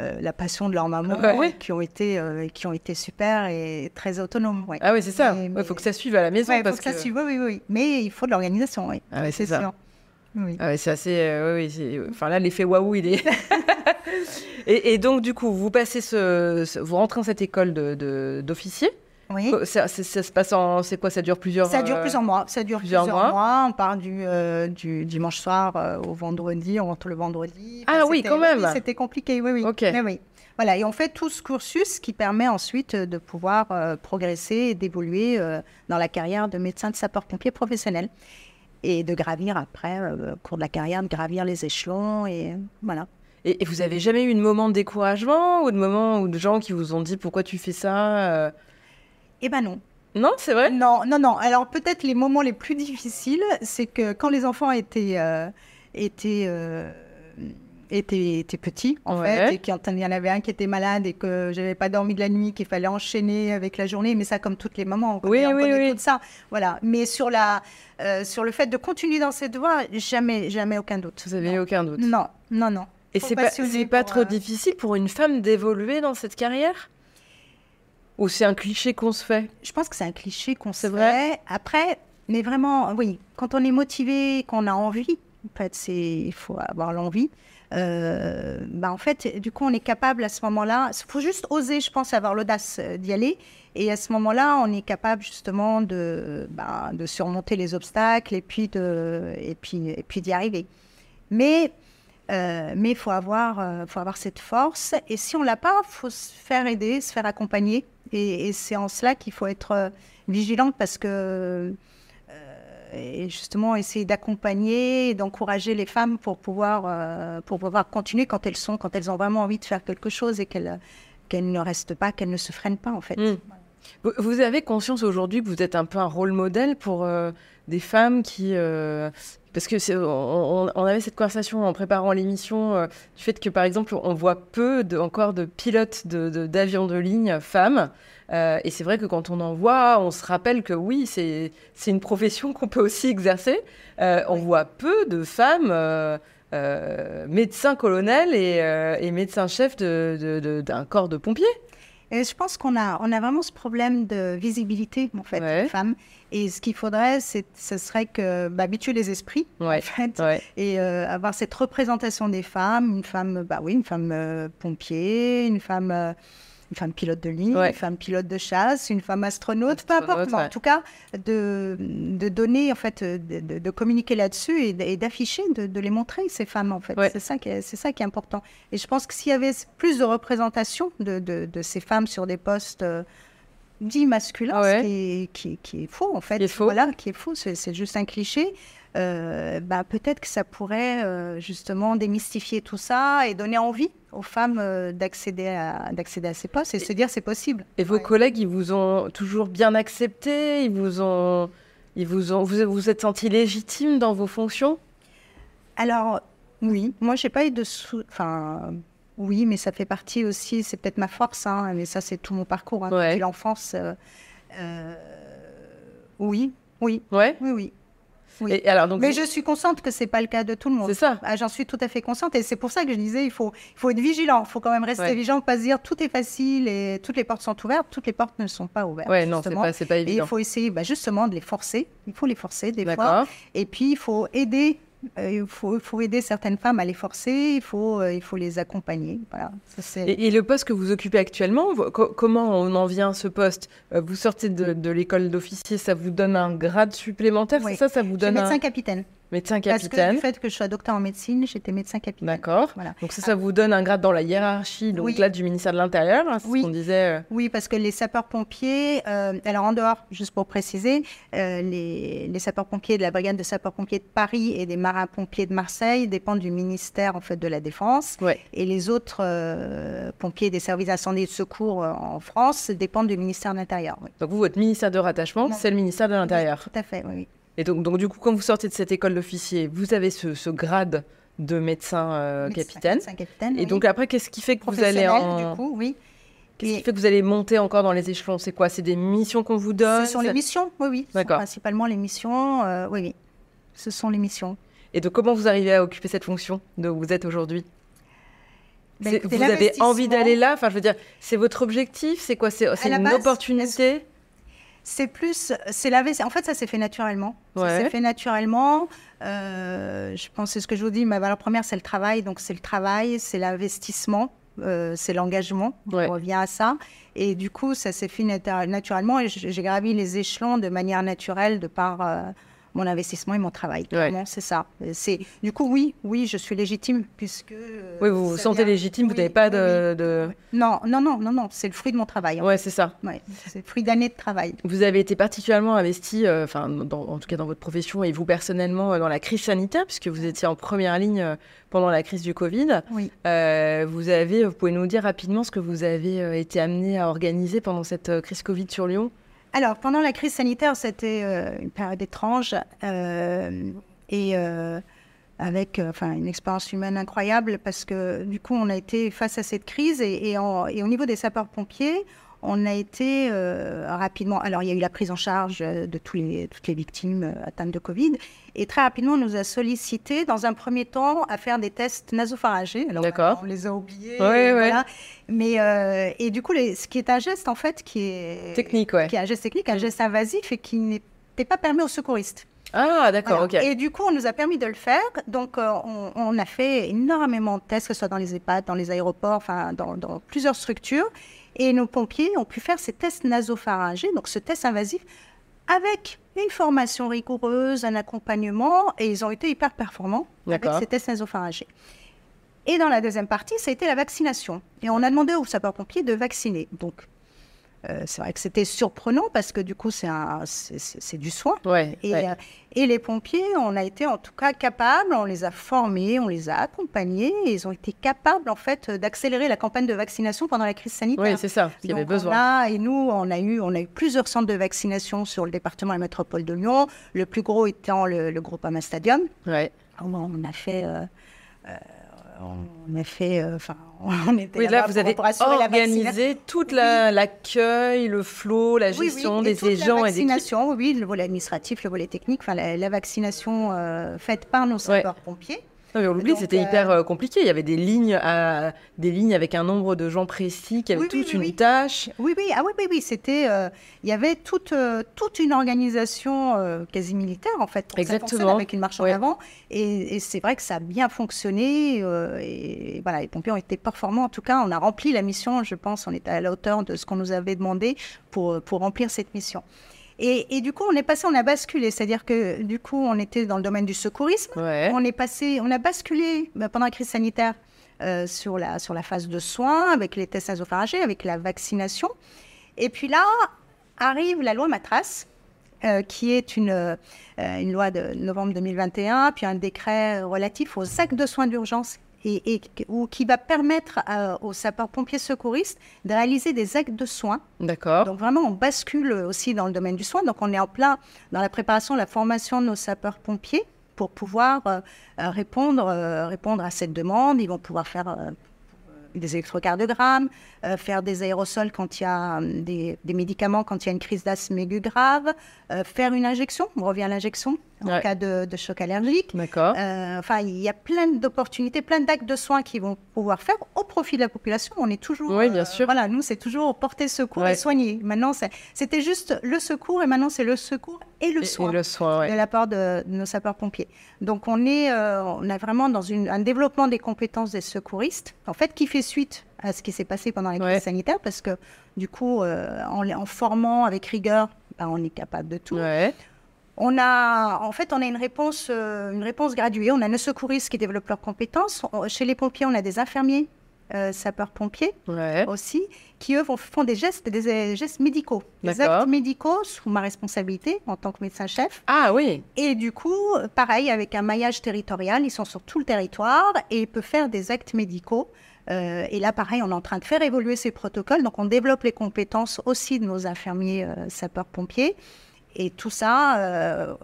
S2: euh, la passion de leur maman,
S1: Ouais.
S2: qui, ont été, euh, qui ont été super et très autonomes. Ouais.
S1: Ah oui, c'est ça.
S2: Mais-
S1: Il
S2: mais-
S1: faut que ça suive à la maison
S2: Ouais, faut
S1: parce
S2: que ça suive, oui, oui, oui. Mais il faut de l'organisation, oui.
S1: Ah ouais, c'est
S2: C'est
S1: ça.
S2: sûr. Oui.
S1: Ah ouais, c'est assez. euh, oui, oui, c'est- Enfin là, l'effet waouh, il est. et, et donc, du coup, vous passez ce, ce- vous rentrez dans cette école de- de- d'officier.
S2: Oui.
S1: Co- Ça, c'est- ça se passe en. C'est quoi Ça dure plusieurs.
S2: Mmh. Ça dure
S1: euh,
S2: plusieurs mois. Ça dure
S1: plusieurs
S2: plusieurs,
S1: mois.
S2: mois. On part du, euh, du dimanche soir euh, au vendredi, on rentre le vendredi.
S1: Ah oui,
S2: c'était-
S1: quand même.
S2: C'était compliqué, oui, oui.
S1: Ok.
S2: Oui, oui. Voilà, et on fait tout ce cursus qui permet ensuite de pouvoir euh, progresser et d'évoluer euh, dans la carrière de médecin de sapeur-pompier professionnel. Et de gravir après, euh, au cours de la carrière, de gravir les échelons. Et euh, voilà.
S1: Et, et vous avez jamais eu de moment de découragement ou de moment ou de gens qui vous ont dit pourquoi tu fais ça euh,
S2: Eh ben non.
S1: Non, c'est vrai.
S2: Non, non, non. Alors peut-être les moments les plus difficiles, c'est que quand les enfants étaient, euh, étaient, euh, étaient, étaient petits, en
S1: Ouais.
S2: fait, et qu'il y en avait un qui était malade et que j'avais pas dormi de la nuit, qu'il fallait enchaîner avec la journée, mais ça comme toutes les mamans, on connaît,
S1: Oui,
S2: on
S1: oui,
S2: connaît
S1: oui.
S2: tout ça. Voilà. Mais sur, la, euh, sur le fait de continuer dans cette voie, jamais, jamais aucun doute.
S1: Vous avez eu
S2: non.
S1: aucun doute.
S2: non, non, non.
S1: Et
S2: Trop
S1: c'est pas,
S2: passionnée
S1: c'est pas
S2: pour,
S1: trop
S2: euh,
S1: difficile pour une femme d'évoluer dans cette carrière Ou c'est un cliché qu'on se fait
S2: Je pense que c'est un cliché qu'on
S1: C'est
S2: se
S1: vrai.
S2: fait. Après, mais vraiment, oui, quand on est motivé, qu'on a envie, en fait, c'est il faut avoir l'envie. euh, bah en fait, du coup, on est capable à ce moment-là. Il faut juste oser, je pense, avoir l'audace euh, d'y aller. Et à ce moment-là, on est capable justement de, bah, de surmonter les obstacles et puis de, et puis, et puis d'y arriver. Mais euh, mais il faut, avoir, euh, faut avoir cette force. Et si on l'a pas, faut se faire aider, se faire accompagner. Et, et c'est en cela qu'il faut être euh, vigilante parce que, euh, et justement, essayer d'accompagner et d'encourager les femmes pour pouvoir, euh, pour pouvoir continuer quand elles sont, quand elles ont vraiment envie de faire quelque chose et qu'elles qu'elles ne restent pas, qu'elles ne se freinent pas, en fait.
S1: Mm. Vous- Vous avez conscience aujourd'hui que vous êtes un peu un rôle modèle pour euh, des femmes qui... euh, parce que c'est- on, on- on avait cette conversation en préparant l'émission euh, du fait que, par exemple, on voit peu de, encore de pilotes d'avions de, d'avions de ligne femmes. Euh, et c'est vrai que quand on en voit, on se rappelle que oui, c'est c'est une profession qu'on peut aussi exercer. Euh, on voit peu de femmes euh, euh, médecins colonels et, euh, et médecins-chefs d'un de, de- d'un corps de pompiers.
S2: Et je pense qu'on a, on a vraiment ce problème de visibilité, en fait,
S1: Ouais.
S2: des femmes. Et ce qu'il faudrait, c'est, ce serait que, bah, habituer les esprits, en
S1: Ouais,
S2: fait,
S1: ouais.
S2: et euh, avoir cette représentation des femmes, une femme, bah oui, une femme euh, pompier, une femme, euh, une femme pilote de ligne,
S1: Ouais.
S2: une femme pilote de chasse, une femme astronaute, peu importe.
S1: Astronaute,
S2: mais
S1: ouais.
S2: En tout cas, de, de donner en fait, de, de- de communiquer là-dessus et, d- et d'afficher, de, de les montrer ces femmes en fait.
S1: Ouais.
S2: C'est ça qui est, c'est ça qui est important. Et je pense que s'il y avait plus de représentation de, de- de ces femmes sur des postes euh, dits masculins,
S1: Ah ouais.
S2: ce qui est, qui est- qui est faux en fait.
S1: Qui est faux.
S2: Voilà, qui est faux. C'est c'est juste un cliché. Euh, bah, peut-être que ça pourrait euh, justement démystifier tout ça et donner envie aux femmes euh, d'accéder à d'accéder à ces postes et, se dire c'est possible.
S1: Et vos
S2: Ouais.
S1: collègues, ils vous ont toujours bien accepté Ils vous ont. Ils vous ont. Vous vous êtes senti légitime dans vos fonctions
S2: Alors oui, moi j'ai pas eu de sou- enfin oui, mais ça fait partie aussi, c'est peut-être ma force, hein, mais ça c'est tout mon parcours hein,
S1: Ouais.
S2: depuis l'enfance. euh, euh, oui, oui,
S1: Ouais.
S2: oui, oui. Oui.
S1: Et alors, donc,
S2: Mais je suis consciente que c'est pas le cas de tout le monde.
S1: c'est ça.
S2: Ah, J'en suis tout à fait consciente et c'est pour ça que je disais il faut, il faut être vigilant, il faut quand même rester
S1: Ouais.
S2: vigilant, pas se dire tout est facile et toutes les portes sont ouvertes, toutes les portes ne sont pas ouvertes.
S1: Ouais, non, c'est
S2: justement.
S1: pas, c'est pas
S2: Et il
S1: évident.
S2: faut essayer bah, justement de les forcer, il faut les forcer des fois.
S1: D'accord.
S2: Et puis il faut aider, euh, il faut, il faut aider certaines femmes à les forcer, il faut, euh, il faut les accompagner. Voilà. Ça, c'est-
S1: Et, et le poste que vous occupez actuellement, vo- co- comment on en vient à ce poste Euh, Vous sortez de, de l'école d'officier, ça vous donne un grade supplémentaire,
S2: Oui.
S1: c'est ça Ça vous
S2: Je suis
S1: donne
S2: médecin
S1: un
S2: capitaine.
S1: médecin
S2: Parce que
S1: capitaine
S2: du fait que je sois docteur en médecine, j'étais médecin capitaine.
S1: D'accord.
S2: Voilà.
S1: Donc ça, ça vous donne un grade dans la hiérarchie, donc
S2: Oui.
S1: là du ministère de l'Intérieur, hein, c'est
S2: Oui.
S1: ce qu'on disait. euh.
S2: Oui, parce que les sapeurs-pompiers, euh, alors en dehors, juste pour préciser, euh, les, les sapeurs-pompiers de la brigade de sapeurs-pompiers de Paris et des marins-pompiers de Marseille dépendent du ministère en fait de la Défense.
S1: Ouais.
S2: Et les autres euh, pompiers des services d'incendie et de secours euh, en France dépendent du ministère de l'Intérieur. Oui,
S1: Donc vous, votre ministère de rattachement,
S2: Non.
S1: c'est le ministère de l'Intérieur.
S2: tout à fait, oui. oui.
S1: Et donc, donc du coup, quand vous sortez de cette école d'officier, vous avez ce, ce grade de médecin euh,
S2: Médecin-
S1: capitaine.
S2: médecin capitaine.
S1: Et
S2: oui.
S1: donc après, qu'est-ce qui fait que vous allez
S2: Professionnel,
S1: en...
S2: du coup, oui.
S1: Qu'est-ce
S2: Et-
S1: qui fait que vous allez monter encore dans les échelons C'est quoi C'est des missions qu'on vous donne
S2: Ce sont les missions, oui, oui. Ce sont
S1: D'accord.
S2: Principalement les missions, euh, oui, oui. Ce sont les missions.
S1: Et donc, comment vous arrivez à occuper cette fonction de où vous êtes aujourd'hui
S2: Ben,
S1: C'est-
S2: écoutez,
S1: Vous avez envie
S2: l'investissement-
S1: d'aller là Enfin, je veux dire, c'est votre objectif C'est quoi C'est c'est
S2: la
S1: une
S2: base,
S1: opportunité
S2: C'est plus, c'est la veste- En fait, ça s'est fait naturellement. Ça
S1: Ouais.
S2: s'est fait naturellement. Euh, je pense, c'est ce que je vous dis, ma valeur première, c'est le travail. Donc, c'est le travail, c'est l'investissement, euh, c'est l'engagement.
S1: Ouais.
S2: On revient à ça. Et du coup, ça s'est fait nata- naturellement. Et j- j'ai gravi les échelons de manière naturelle de par euh, mon investissement et mon travail. Clairement, C'est ça. Euh, C'est du coup, oui, oui, je suis légitime puisque. euh,
S1: Oui, vous vous
S2: ça
S1: sentez
S2: vient-
S1: légitime, vous
S2: Oui,
S1: n'avez pas
S2: oui,
S1: de. de-
S2: oui. Non, non, non, non, non. C'est le fruit de mon travail. en
S1: Ouais, c'est ça.
S2: fait. Ouais, C'est le fruit d'années de travail.
S1: Vous avez été particulièrement investi, euh, enfin, dans- en tout cas dans votre profession et vous personnellement, euh, dans la crise sanitaire, puisque vous étiez en première ligne euh, pendant la crise du Covid.
S2: Oui.
S1: Euh, vous avez, vous pouvez nous dire rapidement ce que vous avez euh, été amené à organiser pendant cette euh, crise Covid sur Lyon
S2: Alors, pendant la crise sanitaire, c'était euh, une période étrange euh, et euh, avec euh, enfin, une expérience humaine incroyable parce que du coup, on a été face à cette crise et, et en- et au niveau des sapeurs-pompiers, on a été euh, rapidement. Alors, il y a eu la prise en charge euh, de tous les, toutes les victimes euh, atteintes de Covid et très rapidement, on nous a sollicité dans un premier temps à faire des tests nasopharyngés. Alors,
S1: D'accord.
S2: On les a oubliés.
S1: Ouais, ouais.
S2: voilà. Mais euh, et du coup, les- ce qui est un geste en fait qui est
S1: Technique, ouais.
S2: qui est un geste technique, un geste invasif et qui n'était pas permis aux secouristes.
S1: Ah, d'accord,
S2: Voilà.
S1: ok.
S2: Et du coup, on nous a permis de le faire. Donc, euh, on, on a fait énormément de tests, que ce soit dans les EHPAD, dans les aéroports, enfin, dans, dans plusieurs structures. Et nos pompiers ont pu faire ces tests nasopharyngés, donc ce test invasif, avec une formation rigoureuse, un accompagnement, et ils ont été hyper performants avec
S1: D'accord.
S2: ces tests nasopharyngés. Et dans la deuxième partie, ça a été la vaccination. Et on a demandé aux sapeurs-pompiers de vacciner. Donc, euh, c'est vrai que c'était surprenant parce que du coup, c'est un- c'est- c'est c'est du soin.
S1: Ouais,
S2: Et,
S1: ouais.
S2: euh, et les pompiers, on a été en tout cas capables, on les a formés, on les a accompagnés, et ils ont été capables en fait euh, d'accélérer la campagne de vaccination pendant la crise sanitaire.
S1: Oui, c'est ça, parce qu'il y avait
S2: euh, Donc, on
S1: besoin.
S2: a- et nous, on a, eu, on a eu plusieurs centres de vaccination sur le département et la métropole de Lyon, le plus gros étant le, le groupe Ama Stadium.
S1: Ouais.
S2: On, on a fait. euh, euh, on a fait. euh, Enfin, on était
S1: Oui, là,
S2: là-bas
S1: vous
S2: pour-
S1: avez
S2: pour assurer la vaccination.
S1: organisé toute la- l'accueil, le flot, la
S2: Oui, oui,
S1: gestion
S2: et toute
S1: des
S2: la
S1: gens et des
S2: vaccination, oui, le volet administratif, le volet technique, enfin la, la vaccination euh, faite par nos sapeurs-pompiers.
S1: Non, mais on l'oublie,
S2: Donc,
S1: c'était
S2: euh,
S1: hyper euh, compliqué. Il y avait des lignes, à, des lignes avec un nombre de gens précis qui avaient
S2: Oui, oui,
S1: toutes
S2: oui,
S1: une
S2: oui.
S1: tâche.
S2: Oui, oui, ah oui, oui, oui, c'était, euh, il y avait toute, euh, toute une organisation euh, quasi militaire en fait. pour que ça fonctionne,
S1: Exactement.
S2: avec une marche en
S1: Ouais.
S2: avant. Et, et c'est vrai que ça a bien fonctionné. euh, et, voilà, les pompiers ont été performants. En tout cas, on a rempli la mission. Je pense, on était à la hauteur de ce qu'on nous avait demandé pour, euh, pour remplir cette mission. Et, et du coup, on est passé, on a basculé. C'est-à-dire que du coup, on était dans le domaine du secourisme.
S1: Ouais.
S2: On est passé, on a basculé bah, pendant la crise sanitaire euh, sur, la, sur la phase de soins, avec les tests nasopharyngés, avec la vaccination. Et puis là, arrive la loi Matras, euh, qui est une, euh, une loi de novembre 2021, puis un décret relatif aux actes de soins d'urgence. Et, et- ou qui va permettre euh, aux sapeurs-pompiers secouristes de réaliser des actes de soins
S1: D'accord.
S2: donc vraiment, on bascule aussi dans le domaine du soin. Donc on est en plein dans la préparation, la formation de nos sapeurs-pompiers pour pouvoir euh, euh, répondre, euh, répondre à cette demande. Ils vont pouvoir faire euh, des électrocardiogrammes, euh, faire des aérosols quand il y a hum, euh, des, des médicaments, quand il y a une crise d'asthme aiguë grave, euh, faire une injection. On revient à l'injection. en
S1: Ouais.
S2: cas de, de choc allergique.
S1: D'accord.
S2: Euh, enfin, il y a plein d'opportunités, plein d'actes de soins qu'ils vont pouvoir faire au profit de la population. On est toujours. euh,
S1: Oui, bien sûr.
S2: voilà, nous, c'est toujours porter secours
S1: Ouais.
S2: et soigner. Maintenant, c'est- c'était juste le secours et maintenant, c'est le secours et le
S1: Et- et
S2: soin
S1: le soin, ouais.
S2: de la part de, de nos sapeurs-pompiers. Donc, on est, euh, on a vraiment dans une- un développement des compétences des secouristes, en fait, qui fait suite à ce qui s'est passé pendant les
S1: Ouais.
S2: crises sanitaires, parce que du coup, euh, en, les- en formant avec rigueur, ben, on est capable de tout.
S1: Ouais.
S2: On a, en fait, on a une réponse, euh, une réponse graduée. On a nos secouristes qui développent leurs compétences. On- chez les pompiers, on a des infirmiers, euh, sapeurs-pompiers
S1: Ouais.
S2: aussi, qui eux vont, font des gestes, des, euh, gestes médicaux, des
S1: D'accord.
S2: actes médicaux sous ma responsabilité en tant que médecin-chef.
S1: Ah oui.
S2: Et du coup, euh, pareil, avec un maillage territorial, ils sont sur tout le territoire et ils peuvent faire des actes médicaux. Euh, et là, pareil, on est en train de faire évoluer ces protocoles. Donc, on développe les compétences aussi de nos infirmiers euh, sapeurs-pompiers. Et tout ça euh,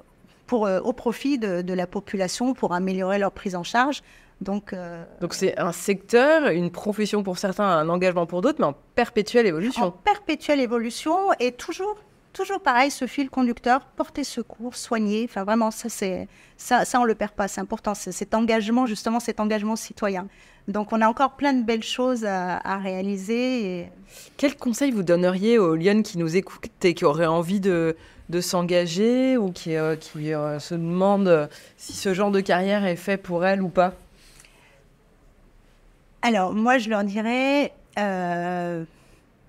S2: pour, euh, au profit de, de la population pour améliorer leur prise en charge. Donc, euh,
S1: Donc c'est un secteur, une profession pour certains, un engagement pour d'autres, mais en perpétuelle
S2: en
S1: évolution.
S2: perpétuelle évolution et toujours, toujours pareil, ce fil conducteur, porter secours, soigner. Enfin, vraiment, ça, c'est, ça, ça on le perd pas. C'est important. C'est cet engagement, justement, cet engagement citoyen. Donc, on a encore plein de belles choses à, à réaliser. et-
S1: Quel conseil vous donneriez aux Lyonnes qui nous écoutent et qui auraient envie de, de s'engager ou qui, euh, qui euh, se demandent si ce genre de carrière est fait pour elles ou pas
S2: Alors, moi, je leur dirais, euh,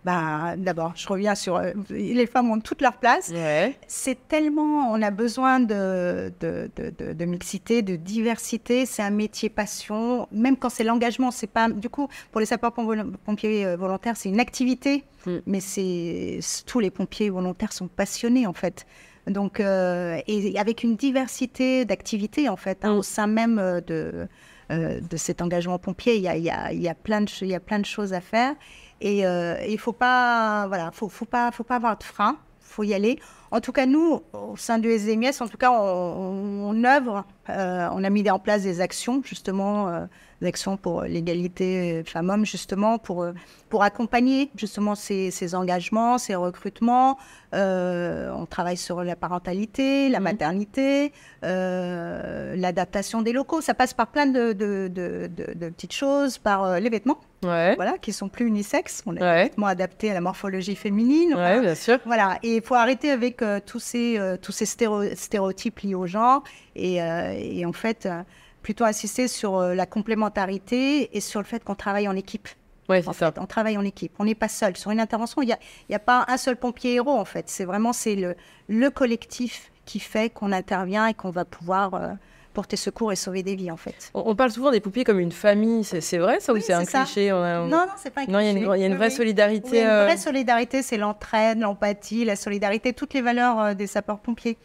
S2: bah, d'abord, je reviens sur euh, les femmes ont toute leur place.
S1: Ouais.
S2: C'est tellement, on a besoin de, de, de- de- de mixité, de diversité. C'est un métier passion, même quand c'est l'engagement. C'est pas, du coup, pour les sapeurs-pompiers euh, volontaires, c'est une activité,
S1: Mm.
S2: mais c'est c'est- tous les pompiers volontaires sont passionnés en fait. Donc, euh, et avec une diversité d'activités en fait hein, au sein même euh, de euh, de cet engagement pompier, il y a, il y a- il y a plein de ch- il y a plein de choses à faire. Et euh, il faut pas, voilà, faut, faut pas, faut pas avoir de frein. Faut y aller. En tout cas, nous, au sein du SDMIS, en tout cas, on, on- on œuvre. euh, on a mis en place des actions, justement, euh, des actions pour l'égalité femmes-hommes, justement, pour euh, pour accompagner justement ces, ces engagements, ces recrutements. Euh, on travaille sur la parentalité,
S1: Mmh.
S2: la maternité, euh, l'adaptation des locaux. Ça passe par plein de, de- de- de- de petites choses, par euh, les vêtements,
S1: Ouais.
S2: voilà, qui sont plus unisexes. On est
S1: Ouais.
S2: vêtements adaptés à la morphologie féminine. Enfin,
S1: Ouais, bien sûr.
S2: voilà, et il faut arrêter avec euh, tous ces, euh, tous ces stéro- stéréotypes liés au genre et, euh, et en fait euh, plutôt insister sur euh, la complémentarité et sur le fait qu'on travaille en équipe.
S1: Ouais,
S2: En
S1: c'est ça.
S2: fait, on travaille en équipe, on n'est pas seul. Sur une intervention, il n'y a, il y a pas un seul pompier héros, en fait. C'est vraiment c'est le, le collectif qui fait qu'on intervient et qu'on va pouvoir euh, porter secours et sauver des vies, en fait.
S1: On, on parle souvent des pompiers comme une famille, c'est c'est vrai ça ou
S2: Oui,
S1: c'est un
S2: c'est ça.
S1: cliché on a- on-
S2: Non, non, c'est pas un
S1: Euh, Non, il y a une,
S2: cliché.
S1: gro- il y a une
S2: Oui,
S1: vraie
S2: oui.
S1: solidarité.
S2: Oui, il y a
S1: euh,
S2: une vraie solidarité, c'est l'entraide, l'empathie, la solidarité, toutes les valeurs euh, des sapeurs-pompiers.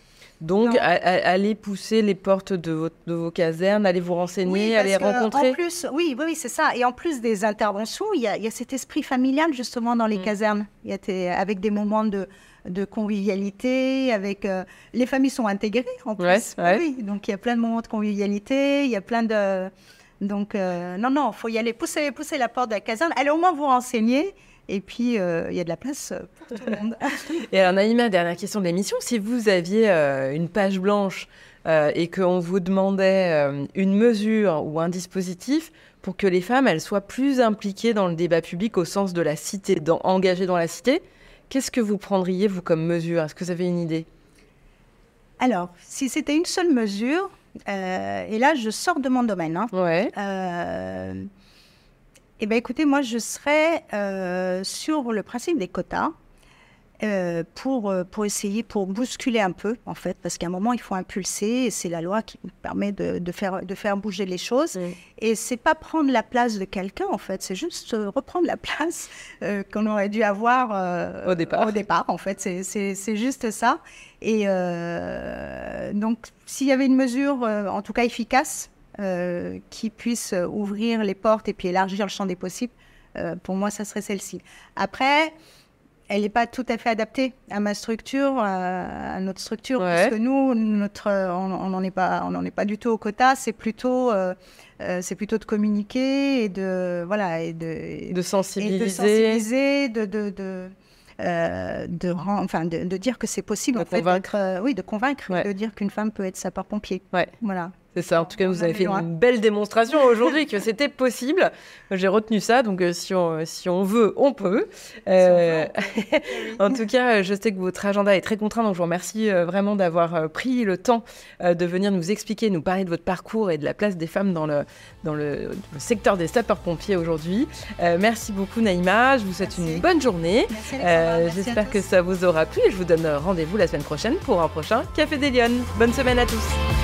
S1: Donc,
S2: Non.
S1: a- a- allez pousser les portes de, vos- de vos casernes, allez vous renseigner,
S2: parce
S1: allez
S2: que,
S1: rencontrer.
S2: En plus, oui, oui, oui, c'est ça. Et en plus des interventions, il y a, il y a cet esprit familial justement dans les
S1: Mm.
S2: casernes. Il y a tes- avec des moments de, de convivialité, avec euh, les familles sont intégrées en plus.
S1: Ouais, ouais.
S2: Oui, donc il y a plein de moments de convivialité, il y a plein de donc euh, non non, faut y aller, pousser pousser la porte de la caserne, allez au moins vous renseigner. Et puis, euh, il y a de la place euh, pour tout le monde.
S1: Et alors, Naïma, dernière question de l'émission. Si vous aviez euh, une page blanche euh, et qu'on vous demandait euh, une mesure ou un dispositif pour que les femmes elles soient plus impliquées dans le débat public au sens de la cité, dans, engagées dans la cité, qu'est-ce que vous prendriez, vous, comme mesure Est-ce que vous avez une idée
S2: Alors, si c'était une seule mesure, euh, et là, je sors de mon domaine, hein,
S1: Ouais.
S2: Euh, eh bien, écoutez, moi, je serais euh, sur le principe des quotas euh, pour, euh, pour essayer, pour bousculer un peu, en fait, parce qu'à un moment, il faut impulser, et c'est la loi qui nous permet de, de faire, de faire bouger les choses.
S1: Oui.
S2: Et c'est pas prendre la place de quelqu'un, en fait, c'est juste euh, reprendre la place euh, qu'on aurait dû avoir euh,
S1: Au départ.
S2: Au départ, en fait, c'est- c'est c'est juste ça. Et euh, donc, s'il y avait une mesure, euh, en tout cas efficace, euh, qui puisse euh, ouvrir les portes et puis élargir le champ des possibles, euh, pour moi, ça serait celle-ci. Après, elle n'est pas tout à fait adaptée à ma structure, euh, à, à notre structure,
S1: Ouais.
S2: parce que nous, notre, euh, on on n'en est pas, on n'en est pas du tout au quota. C'est plutôt, euh, euh, c'est plutôt de communiquer et de, voilà, et de,
S1: De sensibiliser.
S2: et de sensibiliser, de, de, de- euh, de, ren- enfin, de, de dire que c'est possible
S1: De
S2: en fait,
S1: convaincre.
S2: d'être, euh, oui, de convaincre,
S1: Ouais.
S2: de dire qu'une femme peut être sapeur-pompier.
S1: Ouais.
S2: Voilà.
S1: C'est ça, en tout cas, vous
S2: On
S1: avez
S2: avait
S1: fait
S2: le droit.
S1: une belle démonstration aujourd'hui que c'était possible. J'ai retenu ça, donc euh, si on, si on veut, on peut. Euh,
S2: Eh
S1: en tout cas, euh, je sais que votre agenda est très contraint, donc je vous remercie euh, vraiment d'avoir euh, pris le temps euh, de venir nous expliquer, nous parler de votre parcours et de la place des femmes dans le, dans le, le secteur des sapeurs-pompiers aujourd'hui. Euh, merci beaucoup, Naïma. Je vous souhaite
S2: Merci.
S1: une bonne journée.
S2: Merci,
S1: Euh,
S2: Alexandra. Merci à
S1: J'espère que
S2: tous.
S1: euh, ça vous aura plu et je vous donne rendez-vous la semaine prochaine pour un prochain Café des Lyonnes. Bonne semaine à tous.